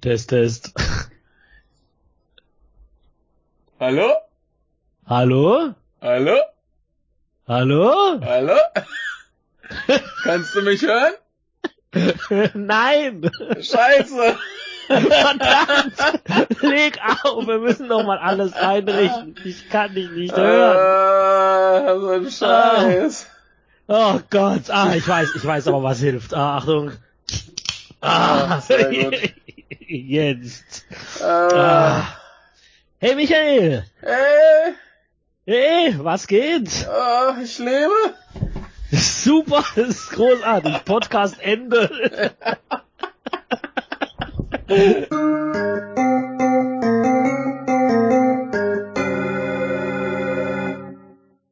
Test, Test. Hallo? Hallo? Hallo? Hallo? Hallo? Kannst du mich hören? Nein! Scheiße! Verdammt! Leg auf, wir müssen nochmal alles einrichten. Ich kann dich nicht hören. Ah, so ein Scheiß. Oh Gott, ah, ich weiß, ich weiß aber, was hilft. Ah, Achtung. Ah, Ah, sehr gut. jetzt. Ah. Ah. Hey Michael! Ey, Hey, was geht? ah, ich lebe. Super, das ist großartig. Podcast Ende.